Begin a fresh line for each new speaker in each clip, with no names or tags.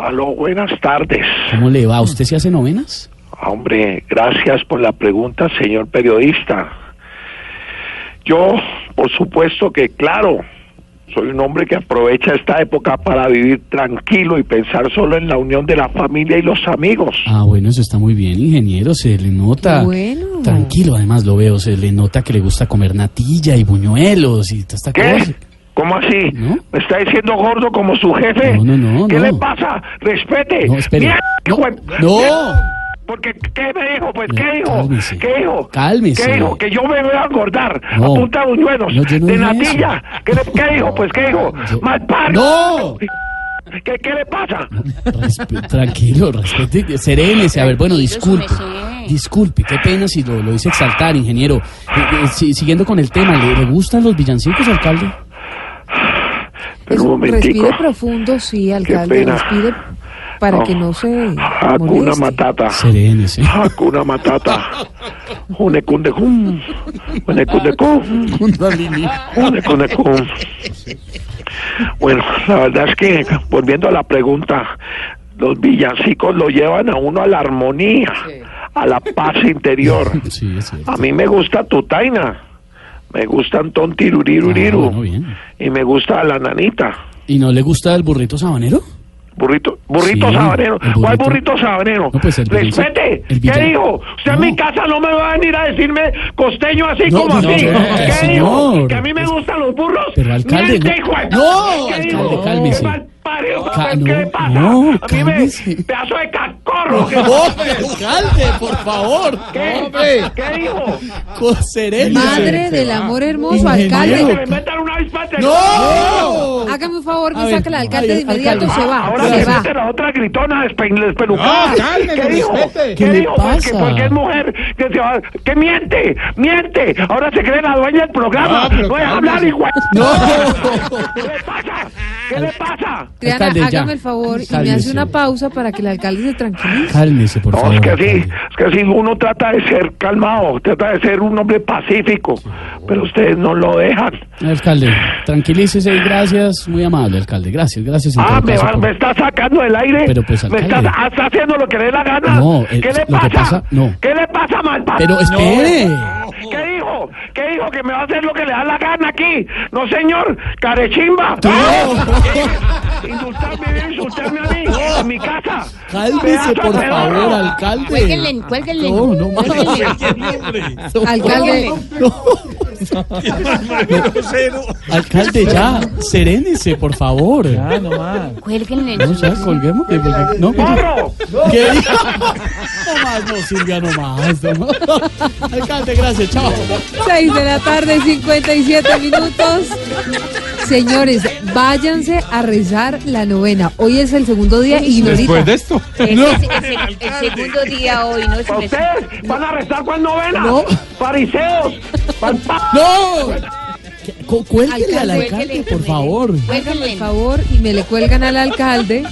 Aló, buenas tardes.
¿Cómo le va? ¿Usted se hace novenas?
Hombre, gracias por la pregunta, señor periodista. Yo, por supuesto que, claro, soy un hombre que aprovecha esta época para vivir tranquilo y pensar solo en la unión de la familia y los amigos.
Ah, bueno, eso está muy bien, ingeniero. Se le nota.
Bueno.
Tranquilo, además lo veo. Se le nota que le gusta comer natilla y buñuelos y toda esta cosa.
¿Qué? ¿Cómo así?
¿No?
¿Me está diciendo gordo como su jefe?
No, no, no,
¿Qué
no.
le pasa? Respete.
No, espere.
Mierda,
No,
hijo de-
no.
Porque, ¿qué me dijo? Pues,
No,
¿qué dijo?
cálmese.
¿Qué dijo?
Cálmese.
¿Qué dijo? Que yo me voy a engordar
No.
a punta de buñuelos,
No, yo no
de
dije
natilla.
eso.
¿Qué, le- qué dijo? Pues, ¿qué dijo?
Yo-
¡Mal par-
¡No!
¿Qué, qué le pasa?
Respe- tranquilo, respete, serénese. A ver, bueno, disculpe. Disculpe, qué pena si lo, lo hice exaltar, ingeniero. Eh, eh, si- siguiendo con el tema, ¿le, le gustan los villancicos, alcalde?
Pero un momentico.
Respire profundo, sí, alcalde.
pena. Ah,
Respire para
No.
que no se
Hakuna
moleste.
Matata.
Serénese.
Hakuna Matata. Hunecundecum. Hunecundecum. Hunecundecum. Bueno, la verdad es que, volviendo a la pregunta, los villancicos lo llevan a uno a la armonía, a la paz interior.
Sí, es cierto.
A mí me gusta Tutaina, me gustan
Ah,
Tontiruriruriru
bueno, bien.
y me gusta la nanita.
¿Y no le gusta el burrito sabanero?
Burrito, burrito
Sí,
sabanero.
el
¿Cuál
burrito.
burrito sabanero?
No, pues el villancico-
Respete.
el
¿Qué
villan-
dijo? Usted en
No.
mi casa no me va a venir a decirme costeño así
No,
como
no,
así.
no,
¿Qué
señor.
dijo? Que a mí me gustan los burros.
Pero, alcalde,
Miente,
no.
hijo de-
No,
¿Qué
alcalde,
dijo?
cálmese.
Qué mal parido,
Ca-
pues, ¿Qué
no,
le pasa?
no,
a mí
cálmese.
me... Pedazo de cacorro. ¿Qué,
¡Hombre, alcalde, por favor!
qué, qué dijo?
Co- serénese.
Madre del amor hermoso,
Que
Ingeniero.
alcalde.
me metan una avispa entre-
¡No!
Hágame un favor
A
que
ver,
saque al alcalde de
ay,
inmediato.
alcalde.
Se va,
Ahora
se
le
va.
mete la otra gritona despe- despelucada. ¿Qué dijo?
¿Qué le
dijo? Pues que
pasa?
porque es mujer que se va- que miente, miente. Ahora se cree la dueña del programa.
Ah, pero
no es hablar igual.
¡No!
¿Qué le pasa? ¿Qué le pasa?
Triana,
Alcalde, ya.
hágame el favor y me
Cálmese.
hace una pausa para que el alcalde se tranquilice.
Cálmese, por
No,
favor.
es que sí,
alcalde.
es que sí, uno trata de ser calmado, trata de ser un hombre pacífico, pero ustedes no lo dejan.
Alcalde, tranquilícese y gracias. Muy amable, alcalde. Gracias, gracias. en
Ah,
todo
me,
caso,
va-
por-
me está sacando del aire.
Pero, pues,
me está,
alcalde.
está haciendo lo que le dé la gana.
No, eh,
¿Qué
lo
le
que
pasa?
pasa- no.
¿Qué le pasa, malvado?
Pero espere.
¿Qué dijo? ¿Qué dijo? Que me va a hacer lo que le da la gana aquí. No, señor. Carechimba. Insultarme, viene a insultarme a mí, en mi casa.
Cálmese, por
Pedazo de
favor,
pedorro.
alcalde.
Cuélguenle, cuélguenle.
No, no más.
Alcalde,
Alcalde, ya, serénese, por favor. No,
Cuélguenle.
ya, colguemos. que- porque- No,
¡Porro!
¿Qué dijo? No más, no, Silvia, no más. no más. Alcalde, gracias, chao.
6 de la tarde, 57 minutos. Señores, váyanse a rezar la novena. Hoy es el segundo día y Norita.
Después de esto.
El segundo día hoy, ¿no?
¿A ustedes van a arrestar cuál novena?
No.
Fariseos. Pal- pa-
¡No! ¿Qué? Cu- Cuélguele al
Alcalde,
alcalde, por favor.
Hágame el favor y me le cuelgan al alcalde.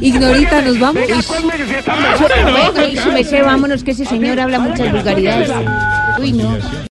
Ignorita, nos vamos.
Venga, cuélgueme, que si
Ah,
están mejor.
Bueno, y su merced, vámonos, que ese señor habla muchas vulgaridades. Uy, no.